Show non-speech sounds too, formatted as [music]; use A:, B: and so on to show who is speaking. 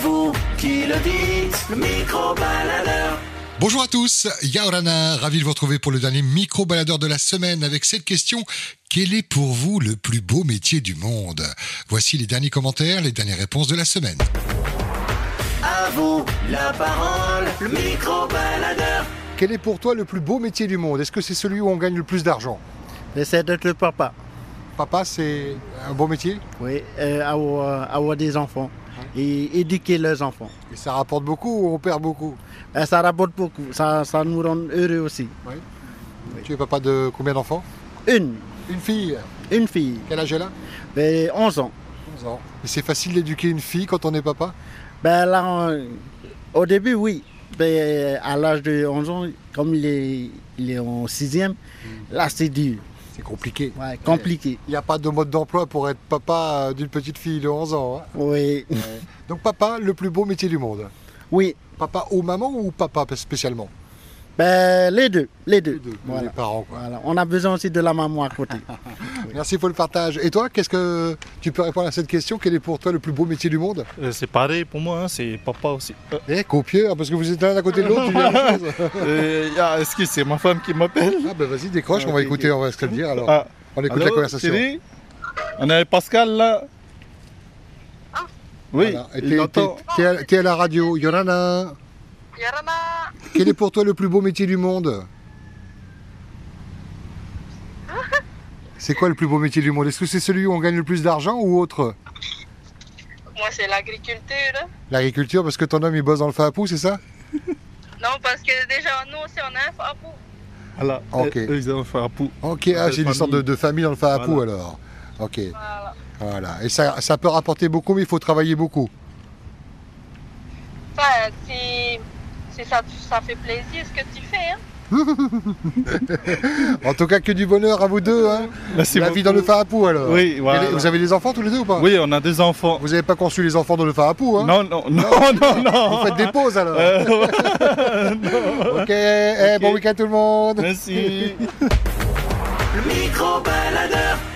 A: vous qui le dites, le micro-baladeur.
B: Bonjour à tous, Yaorana, ravi de vous retrouver pour le dernier micro-baladeur de la semaine avec cette question. Quel est pour vous le plus beau métier du monde Voici les derniers commentaires, les dernières réponses de la semaine.
A: À vous la parole, le micro-baladeur.
B: Quel est pour toi le plus beau métier du monde Est-ce que c'est celui où on gagne le plus d'argent
C: J'essaie d'être le papa.
B: Papa, c'est un beau métier
C: Oui, euh, avoir, avoir des enfants
B: Ah.
C: et éduquer leurs enfants.
B: Et ça rapporte beaucoup ou on perd beaucoup
C: Euh, ça rapporte beaucoup, ça, ça nous rend heureux aussi.
B: oui. Tu es papa de combien d'enfants
C: Une,
B: Une fille.
C: une fille,
B: Quel âge elle a
C: ben, 11 ans.
B: 11 ans. Et c'est facile d'éduquer une fille quand on est papa
C: Ben, là, on- au début, oui. Ben, à l'âge de 11 ans, comme il est, il est en 6e,
B: Hmm.
C: là c'est dur,
B: C'est compliqué.
C: ouais, compliqué.
B: Il n'y a pas de mode d'emploi pour être papa d'une petite fille de 11 ans. hein.
C: Oui, [laughs]
B: Donc papa, le plus beau métier du monde.
C: oui.
B: Papa ou maman ou papa spécialement
C: Ben, les deux, les deux.
B: Les deux,
C: Voilà.
B: Les parents. quoi.
C: Voilà. On a besoin aussi de la maman à côté.
B: Merci pour le partage. Et toi, qu'est-ce que tu peux répondre à cette question Quel est pour toi le plus beau métier du monde
D: Euh, C'est pareil pour moi, hein, c'est papa aussi. Euh,
B: Eh, copieux, hein, parce que vous êtes l'un à côté de l'autre. tu dis la même chose.
D: [laughs] euh, ah, Est-ce que c'est ma femme qui m'appelle
B: ah ben vas-y, décroche,
D: Ah,
B: on va
D: ok,
B: écouter, on va se le dire. Alors,
D: Ah,
B: on écoute la
D: allô,
B: conversation.
D: chérie On est avec Pascal là Ah. Oui,
B: Voilà. Et
D: il
B: T'es
D: entend.
B: t'es- t'es à- t'es à la radio, Yorana.
E: Yarana,
B: Quel est pour toi le plus beau métier du monde C'est quoi le plus beau métier du monde Est-ce que c'est celui où on gagne le plus d'argent ou autre
E: moi c'est l'agriculture.
B: L'agriculture, parce que ton homme il bosse dans le FAPU, c'est ça
E: Non, parce que déjà nous aussi on a un fabou.
D: Voilà,
B: Ok.
D: euh, eux, ils ont fait un pou.
B: Ok, ah, c'est une sorte de, de famille dans le FAPU
D: Voilà.
B: alors. Ok,
E: Voilà.
B: voilà. Et ça, ça peut rapporter beaucoup, mais il faut travailler beaucoup.
E: Enfin, si, si ça, ça fait plaisir ce que tu fais. Hein.
B: En tout cas, que du bonheur à vous deux. Hein.
D: Merci
B: La vie dans le
D: beaucoup.
B: FAPU alors.
D: Oui, voilà.
B: Et les- Vous avez des enfants tous les deux ou pas
D: Oui, on a deux enfants.
B: Vous n'avez pas conçu les enfants dans le FAPU hein
D: Non, non, non, [laughs] non, non.
B: Vous faites des pauses alors.
D: Euh, [laughs]
B: Ok, eh,
D: Ok.
B: bon week-end tout le monde.
D: Merci.
A: Le micro-baladeur.